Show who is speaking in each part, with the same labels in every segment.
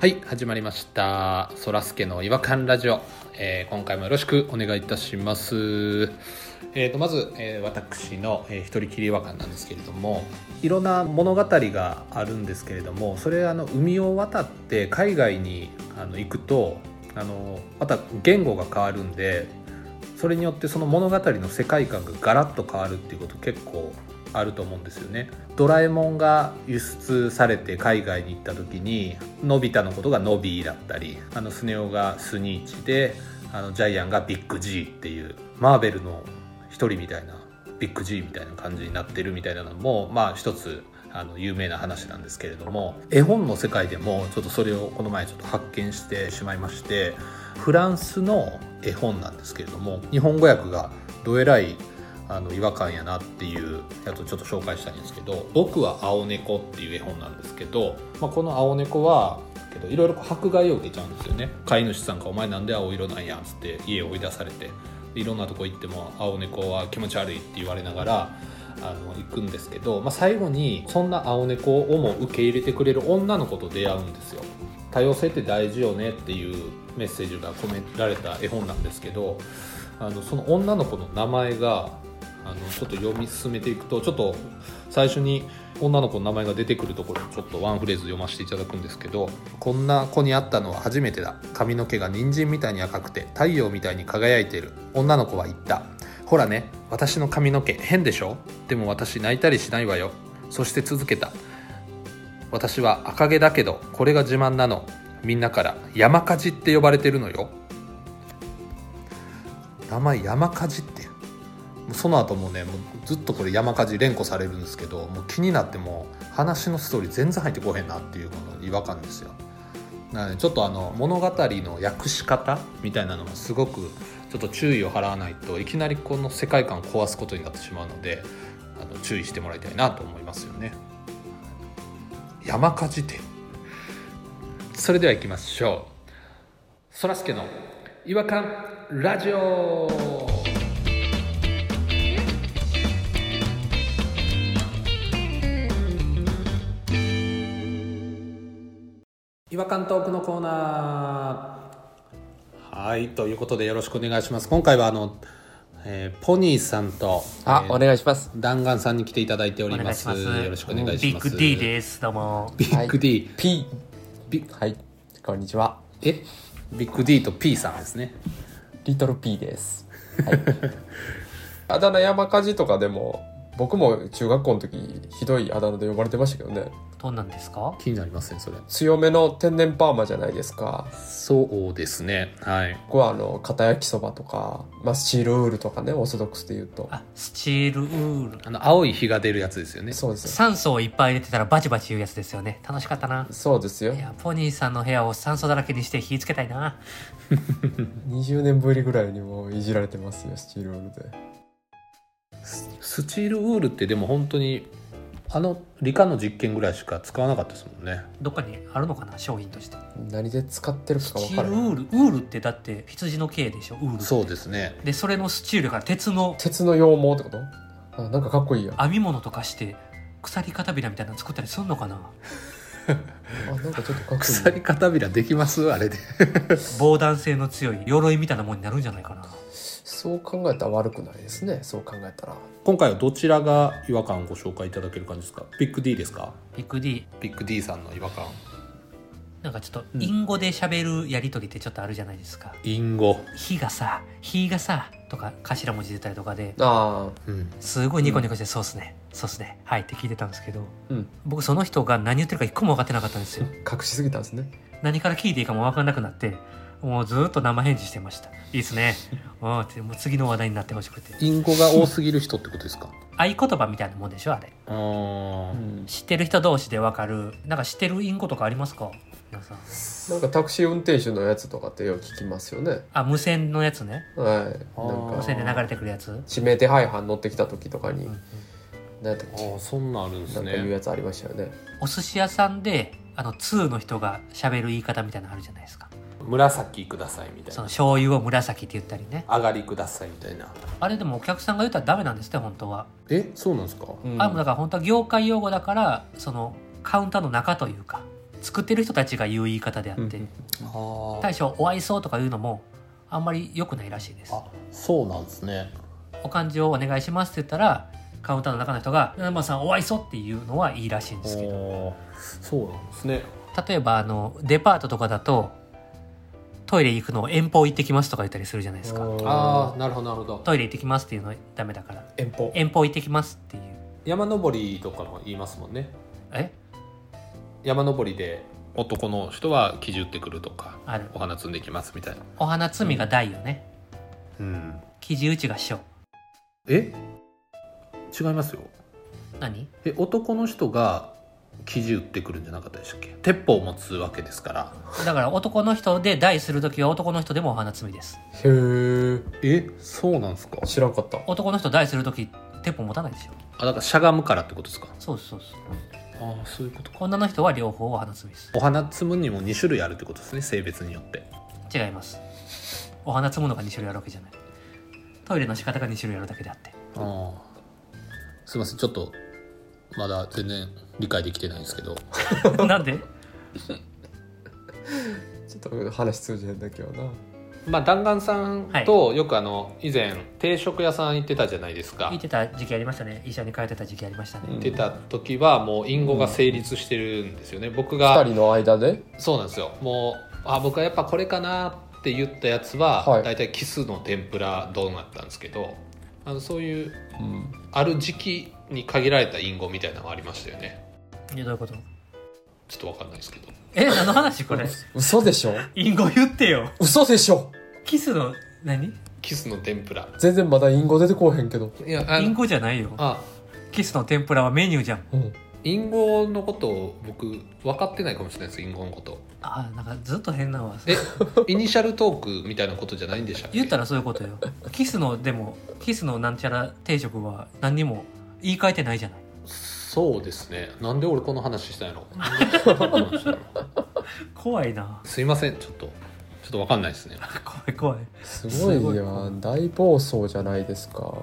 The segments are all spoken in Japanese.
Speaker 1: はい始まりましたそらすけの違和感ラジオ、えー今回もよろしくお願いいたしますえーとまず、えー私の、えー一人きり違和感なんですけれどもいろんな物語があるんですけれどもそれあの海を渡って海外にあの行くとあのまた言語が変わるんでそれによってその物語の世界観がガラッと変わるっていうこと結構あると思うんですよね。ドラえもんが輸出されて海外に行った時にのび太のことがのびーだったりあのスネ夫がスニーチであのジャイアンがビッグ G っていうマーベルの一人みたいなビッグ G みたいな感じになってるみたいなのもまあ一つあの有名な話なんですけれども絵本の世界でもちょっとそれをこの前ちょっと発見してしまいましてフランスの絵本なんですけれども日本語訳がどえらいあの違和感やなっていうやつをちょっと紹介したいんですけど「僕は青猫」っていう絵本なんですけど、まあ、この青猫はけどいろいろこう迫害を受けちゃうんですよね飼い主さんが「お前なんで青色なんや」っつって家を追い出されていろんなとこ行っても「青猫は気持ち悪い」って言われながらあの行くんですけど、まあ、最後にそんな青猫をも受け入れてくれる女の子と出会うんですよ。多様性って大事よねっていうメッセージが込められた絵本なんですけどあのその女の子の名前があのちょっと読み進めていくとちょっと最初に女の子の名前が出てくるところをちょっとワンフレーズ読ませていただくんですけど「こんな子に会ったのは初めてだ髪の毛が人参みたいに赤くて太陽みたいに輝いている女の子は言ったほらね私の髪の毛変でしょでも私泣いたりしないわよそして続けた私は赤毛だけどこれが自慢なのみんなから山火事って呼ばれてるのよ名前山火事ってもうその後もねもうずっとこれ山火事連呼されるんですけどもう気になってもう話のストーリー全然入ってこへんなっていうこの違和感ですよなのでちょっとあの物語の訳し方みたいなのもすごくちょっと注意を払わないといきなりこの世界観を壊すことになってしまうのであの注意してもらいたいなと思いますよね山火事店それでは行きましょうそらすけの違和感ラジオ違和感トークのコーナーはいということでよろしくお願いします今回はあの、えーポニーさんと
Speaker 2: あ、
Speaker 1: えー
Speaker 2: お願いします。
Speaker 1: 弾丸さんに来ていただいてお
Speaker 3: お
Speaker 1: りますよろしくお願いします
Speaker 3: ビッグ D です。どうも。
Speaker 1: ビッグ D、
Speaker 2: P。
Speaker 1: ビ
Speaker 2: はい。こんにちは。
Speaker 1: えビッグ D と P さんですね
Speaker 2: リトル P です。 はい。あだ名山火事とかでも、僕も中学校の時、ひどいあだ名で呼ばれてましたけどね。
Speaker 3: どうなんですか？
Speaker 1: 気になりますねそれ
Speaker 2: 強めの天然パーマじゃないですか。
Speaker 1: そうですねはい
Speaker 2: 僕はあの、片焼きそばとか、まあ、スチールウールとかね、オーソドックスで言うと。
Speaker 3: あ、スチールウール。
Speaker 1: あの青い火が出るやつですよね
Speaker 2: そうですよ。
Speaker 3: 酸素をいっぱい入れてたらバチバチ言うやつですよね。楽しかったな。
Speaker 2: そうですよ
Speaker 3: い。や、ポニーさんの部屋を酸素だらけにして火つけたいな。
Speaker 2: 20年ぶりぐらいにもういじられてますよ、スチールウールで。
Speaker 1: スチールウールってでも本当にあの理科の実験ぐらいしか使わなかったですもんね
Speaker 3: どっかにあるのかな商品として。
Speaker 2: 何で使ってる
Speaker 3: ス
Speaker 2: かわ
Speaker 3: チ
Speaker 2: か
Speaker 3: ー
Speaker 2: ら
Speaker 3: ル
Speaker 2: ない。
Speaker 3: ウール。ウールってだって羊の毛でしょ。ウール。
Speaker 1: そうですね
Speaker 3: でそれのスチールから鉄の
Speaker 2: 鉄の羊毛ってことあなんかかっこいいやん。あ、
Speaker 3: 編み物とかして鎖片びらみたいなの作ったりすんのかな。
Speaker 2: なんかちょっとかっこいいやん
Speaker 1: 鎖。片びらできますあれで
Speaker 3: 防弾性の強い鎧みたいなもんになるんじゃないかな。
Speaker 2: そう考えたら悪くないですねそう考えたら
Speaker 1: 今回はどちらが違和感をご紹介いただける感じですかビッグ D ですか
Speaker 3: ビッグ D
Speaker 1: ビッグ D さんの違和感
Speaker 3: なんかちょっと隠語で喋るやりとりってちょっとあるじゃないですか。
Speaker 1: インゴ
Speaker 3: 火がさ「火がさ」とか頭文字出たりとかで
Speaker 2: ああ
Speaker 1: うん
Speaker 3: すごいニコニコして「そうっすねそうっすねはい」って聞いてたんですけど
Speaker 2: うん
Speaker 3: 僕その人が何言ってるか一個も分かってなかったんですよ
Speaker 2: 隠しすぎたんですね
Speaker 3: 何から聞いていいかも分かんなくなってもうずっと生返事してました「いいっすね」うんってもう次の話題になってほしくて
Speaker 1: インゴが多すぎる人ってことですか
Speaker 3: 合言葉みたいなもんでしょあれ
Speaker 1: あー
Speaker 2: うん
Speaker 3: 知ってる人同士で分かるなんか知ってるインコとかありますか皆さん
Speaker 2: なんかタクシー運転手のやつとかってよく聞きますよね
Speaker 3: あ無線のやつね
Speaker 2: はい
Speaker 1: あー
Speaker 2: なん
Speaker 3: 無
Speaker 2: か
Speaker 3: 線で流れてくるやつ
Speaker 2: 指名手配犯乗ってきた時とかに
Speaker 3: うんうん
Speaker 2: 何やったっ
Speaker 1: あ
Speaker 2: け
Speaker 1: ーそんなんあるんで
Speaker 2: な
Speaker 1: す
Speaker 2: んかいう
Speaker 1: ね
Speaker 2: やつありましたよね
Speaker 3: お寿司屋さんであの2の人が喋る言い方みたいなのあるじゃないですか
Speaker 1: 紫くださいみたい
Speaker 3: その
Speaker 1: な
Speaker 3: 醤油を紫って言ったりね
Speaker 1: 上がりくださいみたいな
Speaker 3: あれでもお客さんが言ったらダメなんですって本当は、
Speaker 1: えそうなんですか
Speaker 2: うん
Speaker 3: あれもだから本当は業界用語だからそのカウンターの中というか作ってる人たちが言う言い方であって、
Speaker 2: うん
Speaker 1: あ
Speaker 3: 大将お愛想とか言うのもあんまり良くないらしいです
Speaker 1: あそうなんですね
Speaker 3: お漢字をお願いしますって言ったらカウンターの中の人が「七間さんお愛想」っていうのはいいらしいんですけど
Speaker 1: おーそうなんですね
Speaker 3: 例えばあのデパートとかだとトイレ行くのを遠方行ってきますとか言ったりするじゃないですか
Speaker 1: ああなるほどなるほど
Speaker 3: トイレ行ってきますっていうのはダメだから
Speaker 1: 遠方
Speaker 3: 遠方行ってきますっていう
Speaker 1: 山登りとかも言いますもんね
Speaker 3: え
Speaker 1: 山登りで男の人は基準ってくるとか
Speaker 3: ある
Speaker 1: お花摘んできますみたいな
Speaker 3: お花摘みが大よね
Speaker 1: うん
Speaker 3: 生地打ちが小
Speaker 1: え違いますよ
Speaker 3: 何
Speaker 1: え男の人が記事打ってくるんじゃなかったでしたっけ鉄砲を持つわけですから
Speaker 3: だから男の人で大する時は男の人でもお花摘みです
Speaker 2: へえ
Speaker 1: えそうなんですか
Speaker 2: 知らんかった
Speaker 3: 男の人大する時鉄砲持たないでしょ
Speaker 1: あだからしゃがむからってことですか
Speaker 3: そうそうそう
Speaker 1: ああそういうことか
Speaker 3: 女の人は両方お花摘みです
Speaker 1: お花摘むにも2種類あるってことですね性別によって
Speaker 3: 違いますお花摘むのが2種類あるわけじゃないトイレの仕方が2種類あるだけであって
Speaker 1: ああすいませんちょっとまだ全然理解できてないんですけど
Speaker 3: なんで
Speaker 2: ちょっと話通じへんだけどな
Speaker 1: まあ弾丸さんとよくあの以前定食屋さん行ってたじゃないですか
Speaker 3: 言ってた時期ありましたね医者に通ってた時期ありましたね
Speaker 1: 行ってた時はもう隠語が成立してるんですよね僕が
Speaker 2: 二人の間で
Speaker 1: そうなんですよもうあ僕はやっぱこれかなって言ったやつは、
Speaker 2: はい
Speaker 1: 大体キスの天ぷら丼だったんですけどあのそういう
Speaker 2: うん
Speaker 1: ある時期に限られた隠語みたいなのがありましたよね
Speaker 3: いやどういうこと
Speaker 1: ちょっとわかんないですけど
Speaker 3: え何の話これ
Speaker 2: 嘘でしょ
Speaker 3: 隠語言ってよ
Speaker 2: 嘘でしょ
Speaker 3: キスの何
Speaker 1: キスの天ぷら
Speaker 2: 全然まだ隠語出てこうへんけど
Speaker 1: いやあ
Speaker 3: 隠語じゃないよ
Speaker 1: あ
Speaker 3: キスの天ぷらはメニューじゃん
Speaker 2: うん
Speaker 1: 隠語のことを僕分かってないかもしれないです隠語のこと
Speaker 3: あーなんかずっと変なのは
Speaker 1: えイニシャルトークみたいなことじゃないんでしたっけ
Speaker 3: 言ったらそういうことよキスのでもキスのなんちゃら定食は何にも言い換えてないじゃない
Speaker 1: そうですねなんで俺この話したんやろなんでしたんやろ
Speaker 3: 怖いな
Speaker 1: すいませんちょっとちょっと分かんないですね
Speaker 3: 怖い怖い
Speaker 2: すごい
Speaker 3: す
Speaker 2: やん大暴走じゃないですか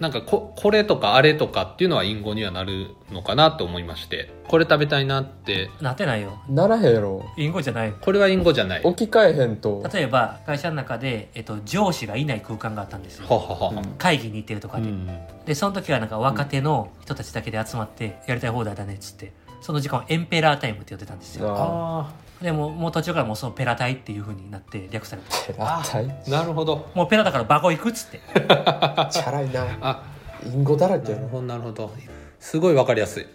Speaker 1: なんかここれとかあれとかっていうのは隠語にはなるのかなと思いましてこれ食べたいなって
Speaker 3: なってないよ
Speaker 2: ならへんやろ
Speaker 3: 隠語じゃない
Speaker 1: これは隠語じゃないは
Speaker 2: 置き換えへんと
Speaker 3: 例えば会社の中で、えっと、上司がいない空間があったんですよ
Speaker 1: ははは、
Speaker 3: 会議に行ってるとか
Speaker 1: う
Speaker 3: で、
Speaker 1: ん
Speaker 3: でその時はなんか若手の人たちだけで集まってやりたい放題だねっつってその時間をエンペラータイムって呼んでたんですよ
Speaker 2: なあ
Speaker 1: あ
Speaker 3: でももう途中からもうそのペラタイっていうふうになって略されて
Speaker 2: チャラたい
Speaker 1: あなるほど
Speaker 3: もうペラだからバコ行くっつって
Speaker 2: チャラいな
Speaker 1: あ
Speaker 2: 隠語だらけ
Speaker 1: な
Speaker 2: や
Speaker 1: る
Speaker 2: な
Speaker 1: ほどなるほどすごいわかりやすい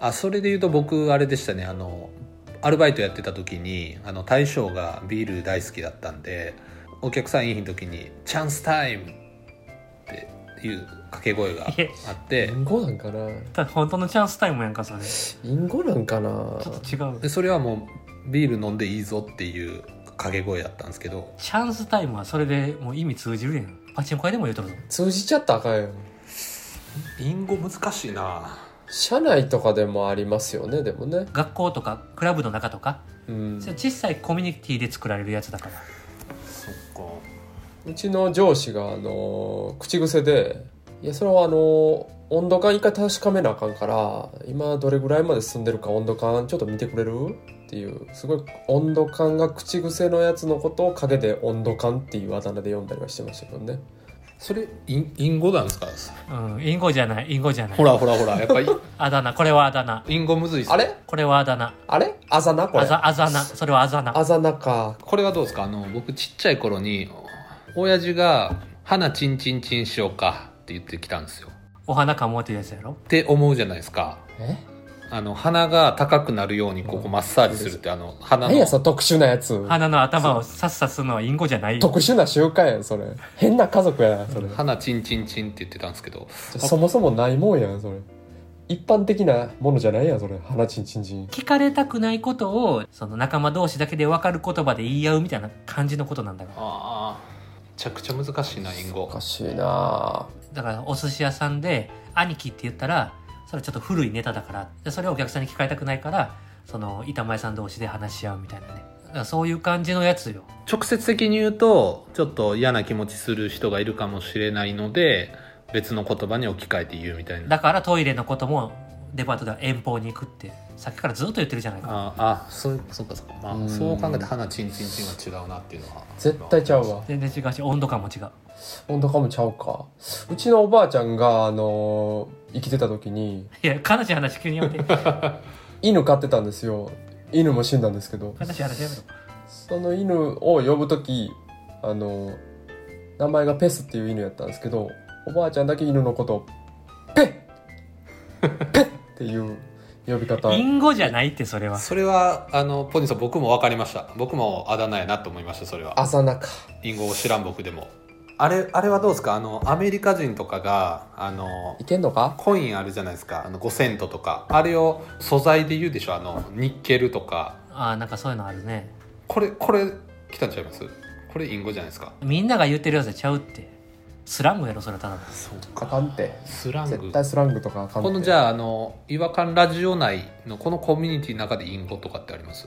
Speaker 1: あそれで言うと僕あれでしたねあのアルバイトやってた時にあの大将がビール大好きだったんでお客さんいい時に「チャンスタイム!」っていう掛け声があって
Speaker 2: 隠語なんかな
Speaker 3: ただ本当のチャンスタイムやんかそれち
Speaker 2: 隠語なんかな
Speaker 3: ょっと違う
Speaker 1: でそれはもうビール飲んでいいぞっていう掛け声だったんですけど
Speaker 3: チャンスタイムはそれでもう意味通じるやんパチンコ屋でも言うとるぞ
Speaker 2: 通じちゃったらあかんよ
Speaker 1: 隠語難しいな
Speaker 2: 社内とかでもありますよねでもね
Speaker 3: 学校とかクラブの中とか、
Speaker 2: うん
Speaker 3: それ小さいコミュニティで作られるやつだから
Speaker 1: そっか
Speaker 2: うちの上司が、あのー口癖で「いやそれはあのー温度感一回確かめなあかんから今どれぐらいまで進んでるか温度感ちょっと見てくれる?」っていうすごい温度感が口癖のやつのことを陰で「温度感」っていうあだ名で読んだりはしてましたけどね
Speaker 1: それ隠語なんですか
Speaker 3: うん隠語じゃない隠語じゃない
Speaker 1: ほらほらほらやっぱり
Speaker 3: あだ名これはあだ名
Speaker 1: 隠語むずいっす
Speaker 2: あれ
Speaker 3: これはあだ名
Speaker 2: あれあざなこ
Speaker 3: あ
Speaker 2: れ
Speaker 3: ざあざなそれはあざな
Speaker 2: あざなか
Speaker 1: これはどうですかあの僕ちっちゃい頃に親父が「花チンチンチンしようか」って言ってきたんですよ
Speaker 3: お花かもうというやつやろ
Speaker 1: って思うじゃないですか
Speaker 2: え
Speaker 1: あの鼻が高くなるようにここマッサージするってあの鼻
Speaker 2: 何
Speaker 1: の
Speaker 2: やその特殊なやつ
Speaker 3: 花の頭をさっさするのは隠語じゃないよ
Speaker 2: 特殊な習慣やんそれ変な家族やなそれ
Speaker 1: 花チンチンチンって言ってたんですけど
Speaker 2: そもそもないもんやんそれ一般的なものじゃないやんそれ花ちんちんちん
Speaker 3: 聞かれたくないことをその仲間同士だけで分かる言葉で言い合うみたいな感じのことなんだから
Speaker 1: ああめちゃくちゃ難しいな隠
Speaker 2: お
Speaker 1: 語
Speaker 2: かしいな
Speaker 3: だからお寿司屋さんで「兄貴」って言ったらそれちょっと古いネタだからでそれをお客さんに聞かれたくないからその板前さん同士で話し合うみたいなねだからそういう感じのやつよ
Speaker 1: 直接的に言うとちょっと嫌な気持ちする人がいるかもしれないので別の言葉に置き換えて言うみたいな
Speaker 3: だからトイレのこともデパートでは遠方に行くってさっきからずっと言ってるじゃないか
Speaker 1: ああそうそうかそうか、ま
Speaker 2: うん
Speaker 1: あ、そう考えて花チンチンチンは違うなっていうのは
Speaker 2: 絶対ちゃうわ
Speaker 3: 全然違うし温度感も違う
Speaker 2: 温度かもちゃうかうちのおばあちゃんがあの生きてた時に
Speaker 3: いや悲しい話急にやめて
Speaker 2: 犬飼ってたんですよ犬も死んだんですけど
Speaker 3: 悲しい話やめろ
Speaker 2: その犬を呼ぶ時あの名前がペスっていう犬やったんですけどおばあちゃんだけ犬のことをペッペッっていう呼び方
Speaker 3: 隠語じゃないってそれは
Speaker 1: それはあのポニーさん僕も分かりました僕もあだ名やなと思いましたそれは
Speaker 2: あざなか
Speaker 1: 隠語を知らん僕でもあれあれはどうですかあのアメリカ人とかがあの
Speaker 2: いけんのか
Speaker 1: コインあるじゃないですかあの5セントとかあれを素材で言うでしょあのニッケルとか
Speaker 3: あーなんかそういうのあるね
Speaker 1: これこれ来たんちゃいますこれ隠語じゃないですか
Speaker 3: みんなが言ってるやつちゃうってスラングやろそれはただの
Speaker 1: そう
Speaker 2: あかんって
Speaker 1: スラング
Speaker 2: 絶対スラングとかあかんって
Speaker 1: このじゃああの違和感ラジオ内のこのコミュニティの中で隠語とかってあります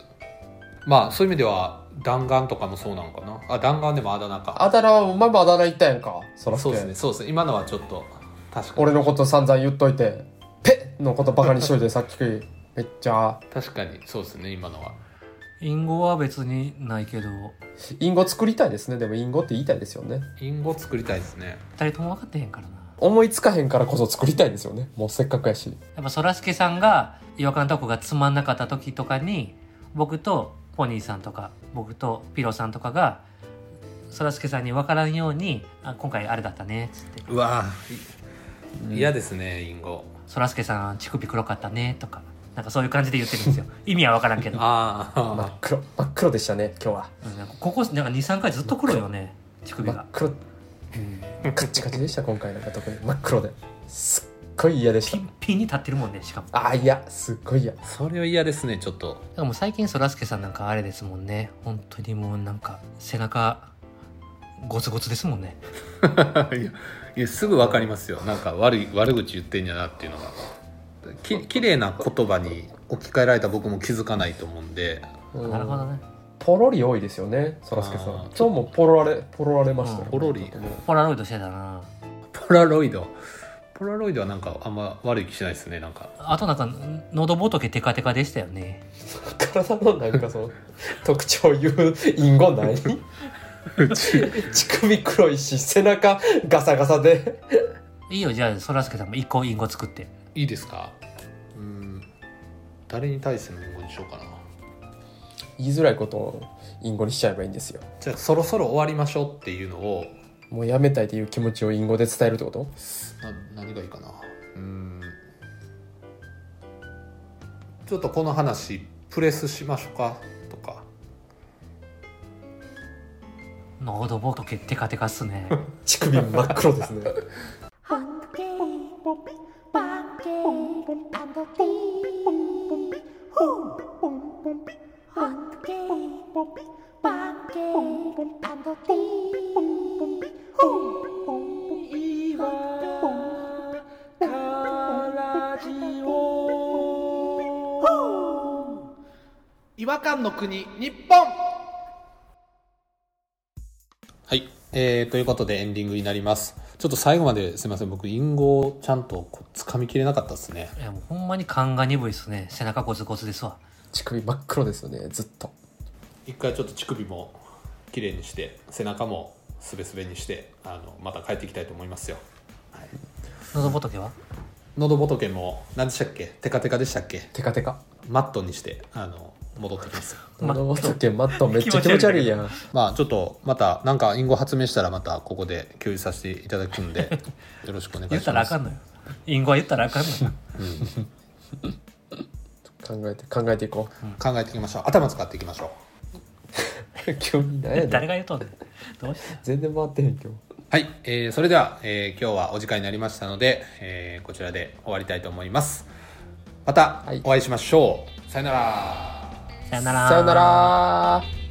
Speaker 1: まあそういう意味では弾丸とかもそうなのかなあ弾丸でもあだ名か
Speaker 2: あだ名はお前もあだ名言ったやんかそらす
Speaker 1: そうです
Speaker 2: け
Speaker 1: ねそうですね今のはちょっと確かに
Speaker 2: 俺のこと散々言っといてペッのことバカにしと いてさっきめっちゃ
Speaker 1: 確かにそうですね今のは
Speaker 3: 隠語は別にないけど
Speaker 2: インゴ作りたいですねでもインゴって言いたいですよね
Speaker 1: 隠語作りたいですね
Speaker 3: 二人とも分かってへんからな
Speaker 2: 思いつかへんからこそ作りたいんですよねもうせっかくやし
Speaker 3: やっぱそらすけさんが違和感トークがつまんなかった時とかに僕とポニーさんとか僕とピロさんとかがそらすけさんに分からんように「あ今回あれだったね」っつって
Speaker 1: うわ嫌、ですね隠語
Speaker 3: 「そらすけさん乳首黒かったね」とかなんかそういう感じで言ってるん ですよ意味は分からんけど、
Speaker 1: あ
Speaker 2: 真
Speaker 1: あ
Speaker 2: っ黒真っ黒でしたね今日は
Speaker 3: うんなんかここなんか23回ずっと黒いよね乳首
Speaker 2: 真
Speaker 3: が
Speaker 2: っ黒うんカッチカチでした今回なんか特に真っ黒ですっごい嫌で
Speaker 3: ピ
Speaker 2: した
Speaker 3: ンピンに立ってるもんねしかもだ
Speaker 2: あーいやすっごい嫌
Speaker 1: それは嫌ですねちょっと
Speaker 3: からもう最近そらすけさんなんかあれですもんね本当にもうなんか背中ゴツゴツですもんね
Speaker 1: いやいやすぐ分かりますよなんか悪い悪口言ってんやなっていうのがき綺麗な言葉に置き換えられた僕も気づかないと思うんで
Speaker 2: うん
Speaker 3: なるほどね
Speaker 2: ポロリ多いですよねそらすけさん
Speaker 1: あー
Speaker 2: 今日もポロられポロられましたよ
Speaker 3: うん
Speaker 1: ポロリ
Speaker 3: ポラロイドしてたな
Speaker 1: ポラロイドポラロイドはなんかあんま悪い気しないですねなんか
Speaker 3: あとなんかん喉仏テカテカでしたよね
Speaker 2: 体のなんかそ の特徴言う隠語ない乳首黒いし背中ガサガサで
Speaker 3: いいよじゃあそらすけさんも一個インゴ作って
Speaker 1: いいですかうん誰に対しての文言にしようかな
Speaker 2: 言いづらいことを隠語にしちゃえばいいんですよ
Speaker 1: じゃあそろそろ終わりましょうっていうのを
Speaker 2: もうやめたいっていう気持ちを隠語で伝えるってこと
Speaker 1: な何がいいかなうんちょっとこの話プレスしましょうかとか
Speaker 3: 喉仏テカテカっ すね
Speaker 2: 乳首真っ黒ですね
Speaker 4: Hunky,
Speaker 1: 違和感の国日本はい、えーということでエンディングになりますちょっと最後まですみません僕隠語をちゃんとこう掴みきれなかったですね
Speaker 3: いやもうほんまに勘が鈍いっすね背中ゴツゴツですわ
Speaker 2: 乳首真っ黒ですよねずっと
Speaker 1: 一回ちょっと乳首も綺麗にして背中もすべすべにしてあのまた帰っていきたいと思いますよ
Speaker 3: 喉仏は
Speaker 1: 喉仏も何でしたっけテカテカでしたっけ
Speaker 2: テカテカ
Speaker 1: マットにしてあの戻ってきますよ
Speaker 3: 真っ黒
Speaker 2: 喉仏マットめっちゃ気持ち悪いやん
Speaker 1: まあちょっとまたなんか隠語発明したらまたここで共有させていただくん でよろしくお願いします
Speaker 3: 言ったらあかんのよインゴは言ったらあかんの
Speaker 2: 考
Speaker 3: よ
Speaker 2: えて考えていこ
Speaker 1: 考えていきましょう頭使っていきましょ
Speaker 2: う急に何やね
Speaker 3: 誰
Speaker 2: ん
Speaker 3: が言うとんねんどうして
Speaker 2: 全然回ってへん今
Speaker 1: うはい、えーそれでは、えー今日はお時間になりましたので、えーこちらで終わりたいと思いますまた
Speaker 2: はい
Speaker 1: お会いしましょう、さよなら
Speaker 3: さよなら
Speaker 2: 日さよなら